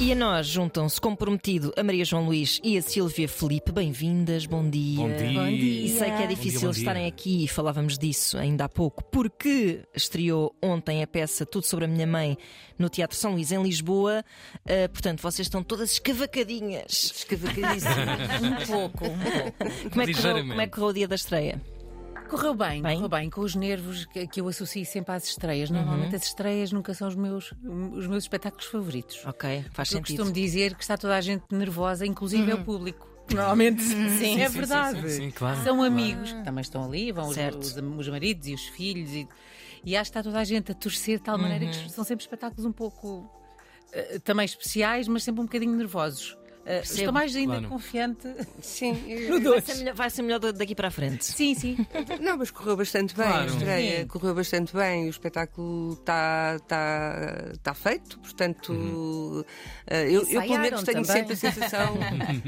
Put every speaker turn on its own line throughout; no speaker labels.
E a nós juntam-se comprometido a Maria João Luís e a Silvia Felipe. Bem-vindas, bom dia.
Bom dia. Bom dia.
E sei que é difícil
bom dia.
estarem aqui, falávamos disso ainda há pouco, porque estreou ontem a peça Tudo sobre a Minha Mãe no Teatro São Luís, em Lisboa. Ah, portanto, vocês estão todas escavacadinhas.
Escavacadíssimo. um pouco, um pouco.
Como é que correu,
Ligeiramente.
como é que correu o dia da estreia?
Correu bem,
Bem?
correu bem, com os nervos que, que eu associo sempre às estreias. Normalmente as estreias nunca são os meus, os meus espetáculos favoritos.
Ok, Ah, faz
eu
sentido.
costumo dizer que está toda a gente nervosa, inclusive é o público. Normalmente, sim, é verdade.
sim, sim, claro,
São
claro.
amigos que também estão ali, vão os,
Certo.
os, os maridos e os filhos. E, e acho que está toda a gente a torcer de tal maneira que são sempre espetáculos um pouco eh, também especiais, mas sempre um bocadinho nervosos. Eh, estou mais ainda
Claro.
confiante.
Sim,
No
eu-
Vai
dois.
ser melhor, vai ser melhor da- daqui para a frente.
Sim, sim.
não, mas correu bastante bem
Claro.
a estreia,
Sim.
correu bastante bem, o espetáculo está tá, tá feito, portanto eh, eu, eu pelo menos
Ensaiaram também.
tenho sempre a sensação,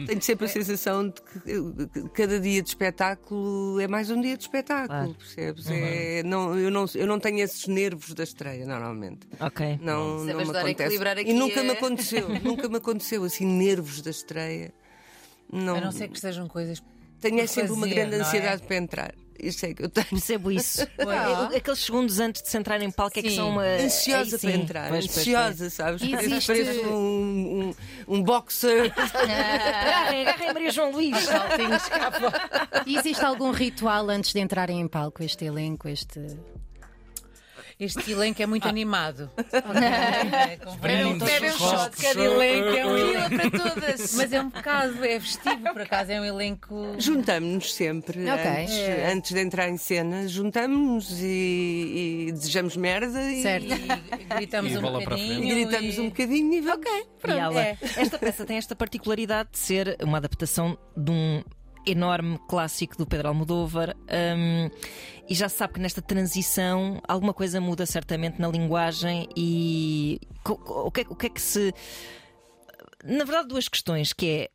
tenho sempre a sensação de que eh, que cada dia de espetáculo é mais um dia de espetáculo,
Claro.
percebes? É, não, eu, não, eu não tenho esses nervos da estreia normalmente.
Ok.
Não, não me
Sabes dar a
acontece.
equilibrar aqui
E nunca me
é-
aconteceu, nunca me aconteceu assim nervos da estreia. Então,
A não ser que sejam coisas.
Tenho é
por
sempre uma
fazer,
grande
não é?
ansiedade para entrar. Isso é que eu tenho.
Percebo isso.
Uau.
Eu- Aqueles segundos antes de se entrar em palco é que
Sim.
são uma.
Ansiosa
aí sim.
para entrar,
Pois, pois,
ansiosa, sabes? Parece-
Existe-
Parece um, um, um boxer.
pois. Agarrem, agarrem a Maria João Luís.
E existe algum ritual antes de entrarem em palco este elenco, este.
Este elenco é muito animado.
Brindis,
Bebem um
copos,
shot de cada
eh,
elenco,
eh,
é um
eh,
fila para todas.
Mas é um bocado, é festivo, por acaso é um elenco.
Juntamos-nos sempre
Ok.
antes,
É.
antes de entrar em cena, juntamos-nos e, e desejamos merda e,
Certo.
E gritamos
E
um
bola para a frente.
bocadinho.
e gritamos
e-
um bocadinho e vamos. Ok.
E ela-
é.
Esta peça tem esta particularidade de ser uma adaptação de um enorme clássico do Pedro Almodóvar. hum, e já se sabe que nesta transição alguma coisa muda certamente na linguagem e co- co- o que, é- o que é que se. Na verdade, duas questões que é.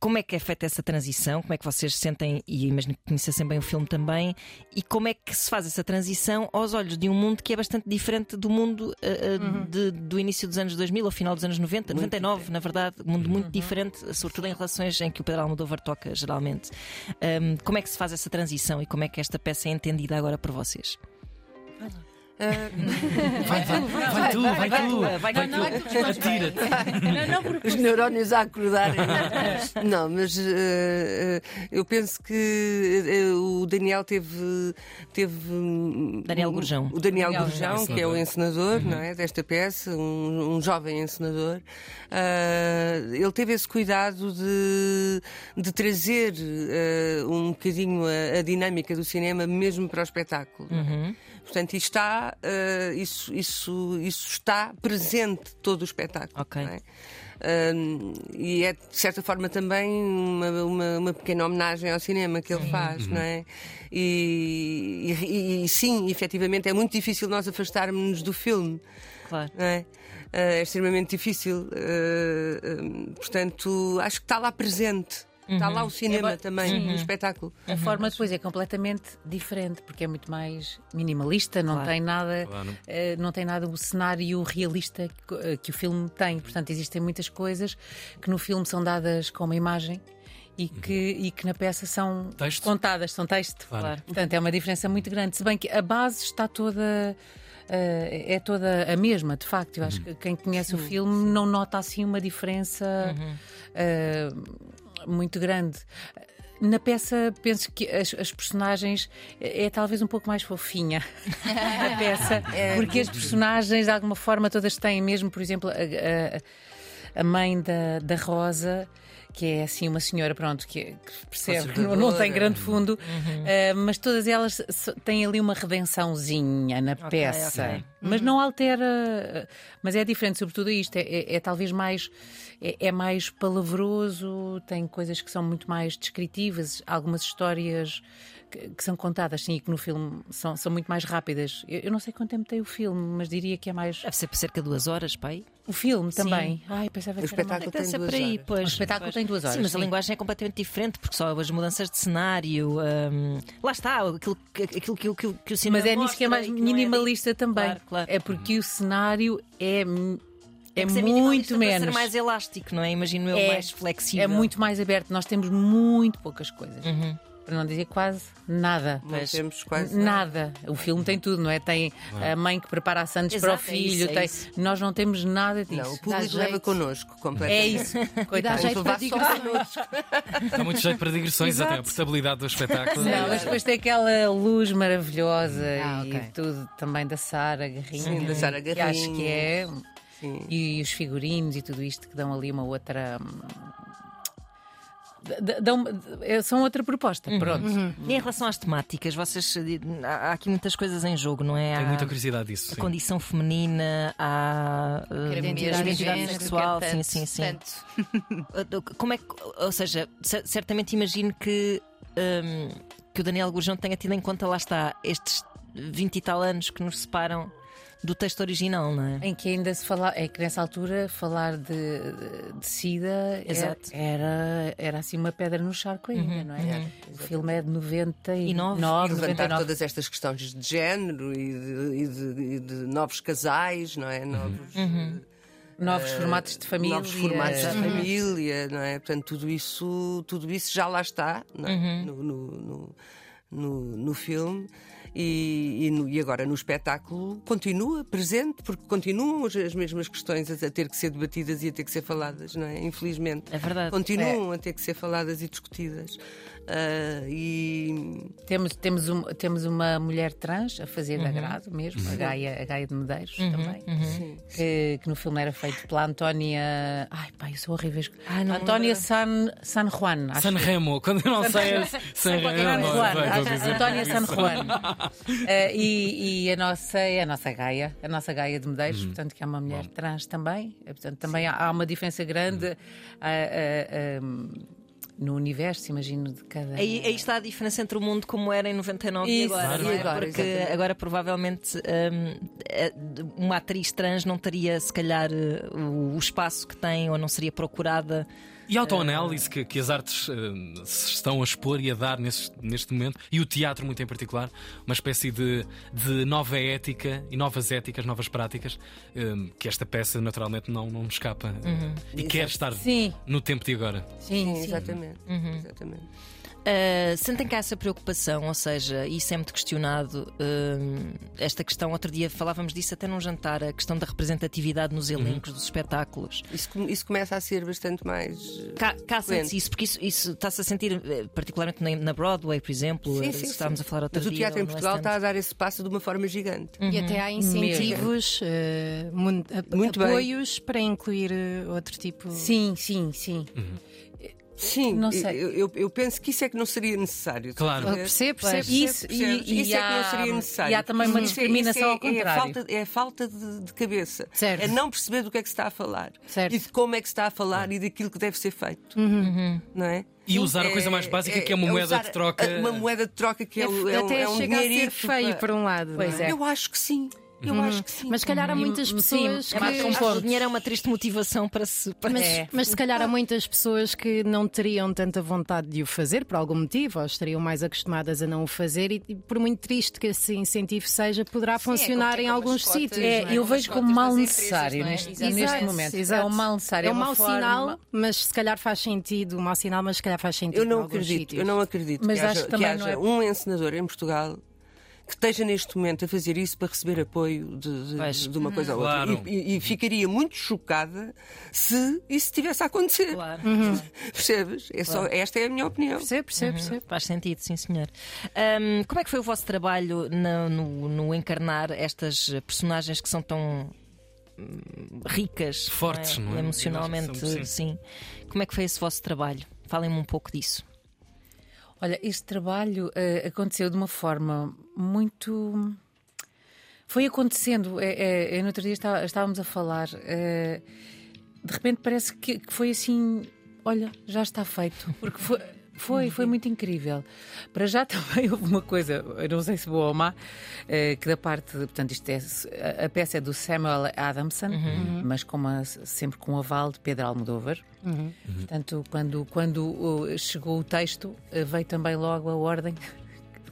Como é que é feita essa transição? Como é que vocês sentem, e imagino que conhecessem bem o filme também, e como é que se faz essa transição aos olhos de um mundo que é bastante diferente do mundo ah, ah, de- do início dos anos 2000 ao final dos anos 90, 99, na verdade, um mundo muito diferente, sobretudo em relações em que o Pedro Almodóvar toca, geralmente. Ahm, como é que se faz essa transição e como é que esta peça é entendida agora por vocês?
Ah,
Vai, vai, vai tu, vai tu.
vai,
Não, é que tu respondes bem. Não, não, porque
Os neurónios a acordarem. Não, mas eh, eh, eu penso que eh, o Daniel teve. teve hum,
Daniel Gurjão.
O Daniel,
Daniel
Gurjão,
Gurjão.
que é o encenador não é, desta peça, um, um jovem encenador. Ah, ele teve esse cuidado de, de trazer eh, um bocadinho a, a dinâmica do cinema mesmo para o espetáculo. não é? Portanto, isto está, eh, isso, isso, isso está presente todo o espetáculo.
Ok.
não é? Hum, e é, de certa forma, também uma, uma, uma pequena homenagem ao cinema que ele faz, não é? E, e- e sim, efetivamente, é muito difícil nós afastarmos-nos do filme,
Claro.
não é? Ah, é extremamente difícil. Ah, hum, portanto, acho que está lá presente. Está lá o cinema
É bo-
também, no espetáculo.
a forma depois é completamente diferente, porque é muito mais minimalista, não
Claro.
tem nada,
Claro.
eh, não tem nada o cenário realista que, eh, que o filme tem. Portanto, existem muitas coisas que no filme são dadas com uma imagem e que, e que na peça são
Uhum. Texto.
contadas, são texto.
Claro.
Portanto, é uma diferença muito grande. Se bem que a base está toda. eh, é toda a mesma, de facto. Eu acho
Uhum.
que quem conhece o filme não nota assim uma diferença eh, muito grande. Na peça, penso que as, as personagens é, é talvez um pouco mais fofinha a peça, porque as personagens de alguma forma todas têm mesmo, por exemplo, a, a- a mãe da, da Rosa, que é assim uma senhora, pronto, que, que percebe que não, não tem grande fundo, eh, mas todas elas so- têm ali uma redençãozinha na peça.
ok.
Mas não altera, mas é diferente, sobretudo isto, é, é- é talvez mais é, é mais palavroso, tem coisas que são muito mais descritivas, algumas histórias que, que são contadas, sim, e que no filme são, são muito mais rápidas. Eu, eu não sei quanto tempo tem o filme, mas diria que é mais
Deve ser por cerca de duas horas, pai.
o filme também. Ai, pensava
O
que era mais-
espetáculo
Deve
tem
ser
duas
por aí,
horas.
é pois.
O Um espetáculo
pois.
tem duas horas,
Sim, mas a
sim.
linguagem é completamente diferente, porque só as mudanças de cenário, hum, lá está, aquilo, que- aquilo, que- aquilo que o cinema.
Mas é nisso que é
mostra
mais
e que não é-
minimalista também.
Claro, claro.
É porque o cenário é. é
Porque se a minimalista
muito
para
menos.
ser mais elástico, não é? Imagino eu
É.
mais flexível.
É muito mais aberto. Nós temos muito poucas coisas. Para não dizer quase nada.
Uhum. Não temos quase
Nada. O filme tem tudo, não é? Tem a mãe que prepara a Santos
Exato,
para o
é isso,
filho.
é
tem-
isso.
Nós não temos nada disso.
Não, o público
jeito.
leva connosco
É
completamente.
isso.
E dá
Coitado.
jeito para
levar só
digressões.
Dá muito jeito para digressões, até a portabilidade do espetáculo.
Não, mas depois tem aquela luz maravilhosa
Ah,
e
ok.
tudo também da Sara Garrinha.
Sim, da Sara
que Uhum. acho
Garrinha.
que é.
Sim.
E os figurinos e tudo isto que dão ali uma outra. hum, d- d- Dão, é- são outra proposta.
Uhum.
Pronto.
E em relação às temáticas, vocês eh, há há aqui muitas coisas em jogo, não é?
Tenho
Há
muita curiosidade disso.
a
sim.
condição feminina, há eh, a
Identidade de
identidade
género,
sexual,
que é
sim,
tanto,
sim, sim.
tanto.
Uh, Como é que, ou seja, cer- certamente imagino que, hum, que o Daniel Gurjão tenha tido em conta, lá está, estes 20 e tal anos que nos separam do texto original, não é?
Em que ainda se fala, é que nessa altura falar de, de SIDA é-
Exato.
era, era assim uma pedra no charco ainda, não é? O filme é de 99,
E
Uhum. E levantar
99.
todas estas questões de género e de, e de- e de novos casais, não é? Novos,
novos formatos Uhum. de família. Uhum.
eh, novos formatos de família, não é? Portanto, tudo isso, tudo isso já lá está não é?
Uhum.
no, no- no- no- no filme. E, e no- e agora no espetáculo continua presente, porque continuam as, as mesmas questões a, a ter que ser debatidas e a ter que ser faladas, não é? Infelizmente.
É verdade.
Continuam a ter que ser faladas e discutidas. Ah, e
Temos, temos, um- temos uma mulher trans a fazer da grado mesmo, a Gaia, a Gaia de Medeiros também. Que, que no filme era feito pela Antónia. Ai, pai, eu sou horrível.
Ai, não me
Antónia
lembro.
San, San Juan, acho
San Remo, quando eu não sei é San
San
Remo.
Juan,
vai, vou
acho que é
dizer.
Antónia San Juan. Eh, e, e a nossa é a nossa Gaia, a nossa Gaia de Medeiros, portanto, que é uma mulher trans também. Eh, Portanto, também há, há uma diferença grande ah, ah, ah, no universo, imagino, de cada.
Aí, aí está a diferença entre o mundo como era em 99 e
Isso,
agora,
claro.
não é?
E agora,
porque
exatamente.
agora provavelmente hum, eh, uma atriz trans não teria se calhar eh, o o espaço que tem ou não seria procurada.
E a autoanálise que, que as artes eh, se estão a expor e a dar nesse- neste momento, e o teatro muito em particular, uma espécie de, de nova ética e novas éticas, novas práticas, eh, que esta peça naturalmente não, não me escapa. eh, E quer estar
Sim,
no tempo de agora.
sim,
Sim,
sim.
exatamente. exatamente.
Uh, sentem cá essa preocupação, ou seja, isso é muito questionado. uh, esta questão, outro dia falávamos disso até num jantar, a questão da representatividade nos elencos dos espetáculos.
Isso, com- isso começa a ser bastante mais. eh,
Cá, cá
Frequente.
sente-se isso, porque isso, isso está-se a sentir, eh, particularmente na- na Broadway, por exemplo, eh, estávamos a falar outro
Mas o
dia, é
teatro em
ou no
Portugal
West
está
End.
a dar esse passo de uma forma gigante.
E até há incentivos, eh, mun- ap-
Muito bem.
apoios para incluir eh, outro tipo.
Sim, sim, sim.
Sim,
Não sei.
Eu, eu- eu penso que isso é que não seria necessário.
Claro.
Eu percebo, percebo.
Isso, e,
Percebes?
e
isso é que
há-
não seria necessário.
E há também uma
Isso é-
discriminação
isso é-
ao contrário.
É a falta, é a falta de, de cabeça.
Certo.
É não perceber do que é que se está a falar.
Certo.
E de como é que se está a falar e daquilo que deve ser feito. Não é?
E usar a coisa mais básica, que é uma moeda
usar
de troca.
a- Uma moeda de troca que é, o- é, um-
até
é um
chega a ser
dinheirito
feio
para-
por um lado.
Pois
não
é.
Eu acho que sim. Eu acho que sim.
Mas se calhar há muitas
Sim,
pessoas
é mais
que.
um
Acho que
ponto.
O dinheiro é uma triste motivação para se. Para...
Mas,
É.
mas se calhar há muitas pessoas que não teriam tanta vontade de o fazer por algum motivo, ou estariam mais acostumadas a não o fazer, e e por muito triste que esse incentivo seja, poderá funcionar em alguns sítios.
É,
não é?
eu vejo como
cotas
mal
das empresas,
necessário
não é?
neste,
Exato.
neste
Exato,
momento.
exato.
É um mal necessário.
É um
uma
mau
forma-
sinal, mas se calhar faz sentido. Um mau sinal, mas se calhar faz sentido.
Eu não
em alguns
acredito,
sítios.
eu não acredito
Mas
que
acho
haja,
que também
que
não
haja
é-
um encenador em Portugal que esteja neste momento a fazer isso para receber apoio de, de-
Pois.
de uma coisa ou outra.
Claro.
E, e- e ficaria muito chocada se isso tivesse a acontecer.
Claro.
Percebes? É só, esta é a minha opinião.
Percebo, percebo, percebo.
Faz sentido, sim, senhor. Ahm, como é que foi o vosso trabalho na- no, no encarnar estas personagens que são tão hum, ricas, não é?
Fortes, não é?
Emocionalmente,
Eu acho que são,
sim. Como é que foi esse vosso trabalho? Falem-me um pouco disso.
Olha, este trabalho eh, aconteceu de uma forma muito. Foi acontecendo. eh, eh, eu no outro dia está- estávamos a falar. eh, de repente parece que, que foi assim. Olha, já está feito. Porque foi. Foi, foi muito incrível. Para já também houve uma coisa, eu não sei se boa ou má, eh, que da parte, de- portanto, isto é, a- a peça é do Samuel Adamson, mas com uma- sempre com o aval de Pedro Almodóvar. Portanto, quando, quando uh, chegou o texto, uh, veio também logo a ordem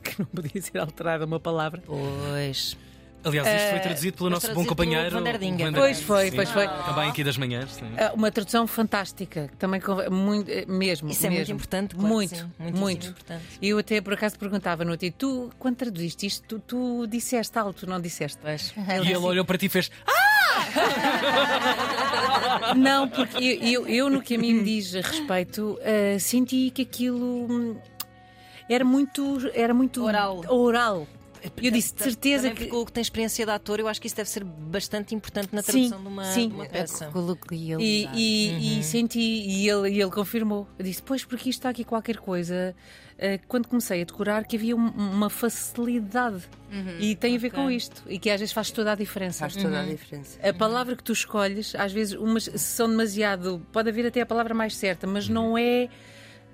que não podia ser alterada uma palavra.
Pois.
Aliás, isto
Eh,
foi traduzido pelo
mas
nosso bom
traduzido
companheiro.
pelo Vanderdinga.
Vanderdinga.
Pois foi,
Sim. Ah.
pois foi.
Também aqui das manhãs. sim.
Ah, Uma tradução fantástica, que também conv- muito, eh, mesmo.
Isso é muito
mesmo.
importante, claro que
muito,
sim.
muito,
Muitíssimo importante.
E eu até por acaso perguntava no dia, tu quando traduziste isto, tu, tu disseste alto, não disseste? é
E ele
assim.
olhou para ti e fez. "Ah!"
Não, porque eu, eu- eu, no que a mim me diz respeito, ah, senti que aquilo hum, era muito. Era muito
Oral.
oral. Eu disse de
Ta-
certeza
também
que.
porque o que tem experiência de ator, eu acho que isso deve ser bastante importante na
Sim,
tradução de, uma,
sim.
de uma
É,
peça.
Coloquialidade.
E, e- e
Uhum.
senti, e ele, e ele confirmou. Eu disse: Pois, porque isto está aqui qualquer coisa. eh, Quando comecei a decorar, que havia um- uma facilidade. e tem a ver com isto. E que às vezes faz toda a diferença.
Faz toda a diferença.
A palavra que tu escolhes, às vezes, umas são demasiado. Pode haver até a palavra mais certa, mas
Uhum.
não é.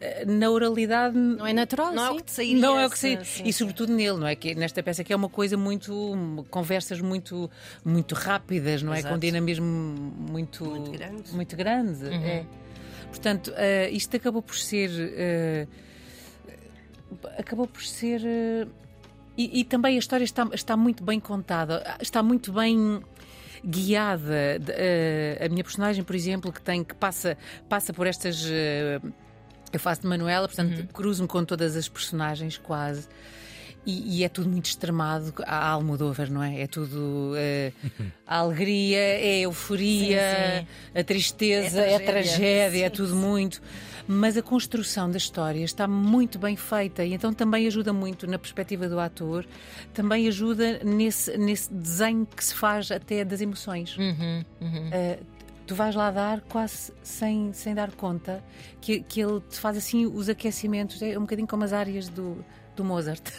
eh, Na oralidade.
Não é natural,
Não é o
sim.
que te sairia.
Não é o que
sim,
sei.
sim,
E sobretudo nele, não é? Que nesta peça que é uma coisa muito. conversas muito, muito rápidas, não é? Com
Exato. Uhum.
dinamismo muito.
Muito grande.
muito grande, é. Portanto, eh, isto acabou por ser. eh, acabou por ser. eh, e, e também a história está, está muito bem contada, está muito bem guiada. De- eh, a minha personagem, por exemplo, que tem que passa, passa por estas. eh, eu faço de Manuela,
Uhum.
portanto, cruzo-me com todas as personagens, quase. E, e é tudo muito extremado a Almodóvar, não é? É tudo eh, a alegria, é a euforia,
Sim,
a tristeza,
É
é a
tragédia.
tragédia, é
Sim,
tudo muito. Mas a construção da história está muito bem feita e então também ajuda muito na perspectiva do ator, também ajuda nesse, nesse desenho que se faz até das emoções.
Uhum, uhum.
Uh, tu vais lá dar quase sem, sem dar conta que, que ele te faz assim os aquecimentos, é um bocadinho como as áreas do, do Mozart.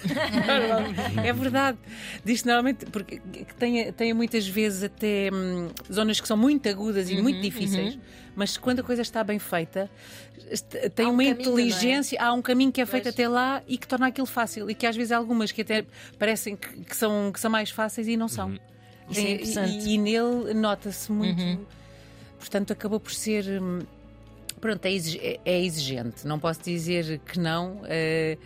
é verdade. Diz normalmente, porque que tem, tem muitas vezes até hum, zonas que são muito agudas e
Uhum,
muito difíceis, mas quando a coisa está bem feita, est- tem
Há um
uma
caminho, não é?
inteligência, há um caminho que é feito
Pois.
até lá e que torna aquilo fácil, e que às vezes há algumas que até parecem que, que são, que são mais fáceis e não são.
Isso é
E-
interessante. Uhum.
E, e nele nota-se muito. Portanto, acabou por ser. hum, Pronto, é exi- é- é exigente. Não posso dizer que não. eh,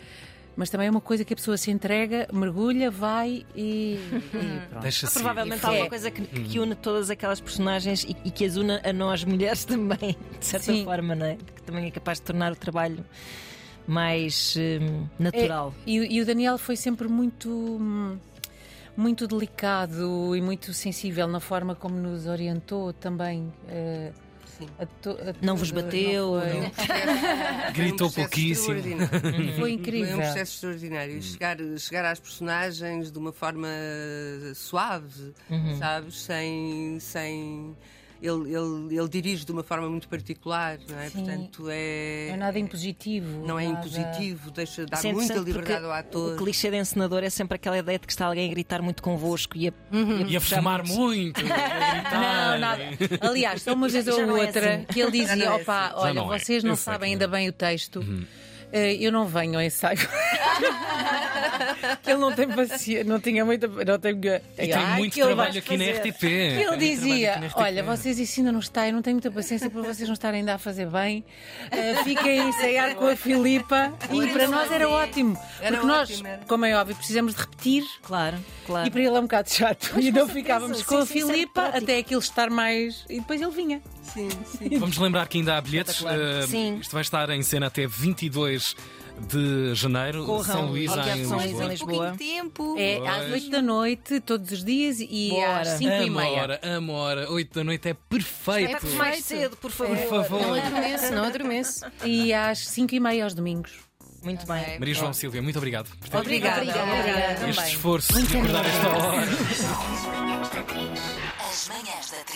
mas também é uma coisa que a pessoa se entrega, mergulha, vai e, e pronto.
Deixa-se. ir.
Provavelmente há
E foi-
alguma coisa que, que une todas aquelas personagens e, e que as une a nós mulheres também, de certa
Sim.
forma, não é? Que também é capaz de tornar o trabalho mais hum, natural.
E, o- e o Daniel foi sempre muito. hum, Muito delicado e muito sensível na forma como nos orientou também. eh,
Sim.
a to- a
Não vos
tudo.
bateu,
É. Não foi-
Gritou
Foi um processo
pouquíssimo.
extraordinário.
Foi
Foi
incrível.
um processo extraordinário. Chegar, chegar às personagens de uma forma eh, suave, sabes? Sem. sem... Ele, ele, ele dirige de uma forma muito particular, não é?
Sim.
Portanto, é.
Não é nada impositivo.
não é
nada-
impositivo, deixa dá
Isso é
muita
interessante
liberdade
porque
ao
O
ator.
clichê de encenador é sempre aquela ideia de que está alguém a gritar muito convosco e a,
E a fumar muito. e a gritar.
Não, nada. Aliás, só uma vez
Já
ou
não é
outra
assim.
que ele
Já não
dizia:
é
opá,
assim." Já
olha,
não é.
vocês não
Eu sei que
sabem
não Uhum.
ainda bem o texto. eh, Eu não venho ao ensaio. Que ele não tem paciência, não tinha muita. Não tem...
E tem muito trabalho aqui na RTP.
Ele
Tem muito
dizia:
trabalho aqui na
Olha,
RTP.
vocês isso ainda não está, eu não tenho muita paciência para vocês não estarem ainda a fazer bem. Eh, fiquem a ensaiar com a Filipa. E para nós era ótimo.
Era
porque nós,
ótimo, era.
como é óbvio, precisamos de repetir.
Claro, claro.
E para ele é um bocado chato. e então ficávamos
sim,
com a
sim, isso é
Filipa
prático.
até aquilo estar mais. E depois ele vinha.
Sim, sim.
Vamos lembrar que ainda há bilhetes. eh,
Sim.
Isto vai estar em cena até 22 de janeiro.
Corram.
São Luís,
Ok,
em
São Luís,
Lisboa.
em Lisboa.
pouquinho tempo.
É
Pois.
às 8 da noite, todos os dias, e
Boa
às
hora.
5 e
Amo a
meia.
hora, amo a hora. 8 da noite é perfeito.
Mete
é
mais cedo, por favor.
Por favor.
Não adormeço, não adormeço.
E às 5 e meia aos domingos.
Muito bem.
Maria João Silvia, muito obrigado por ter
Obrigada.
Obrigada.
este esforço de acordar esta hora.
As manhãs da 3.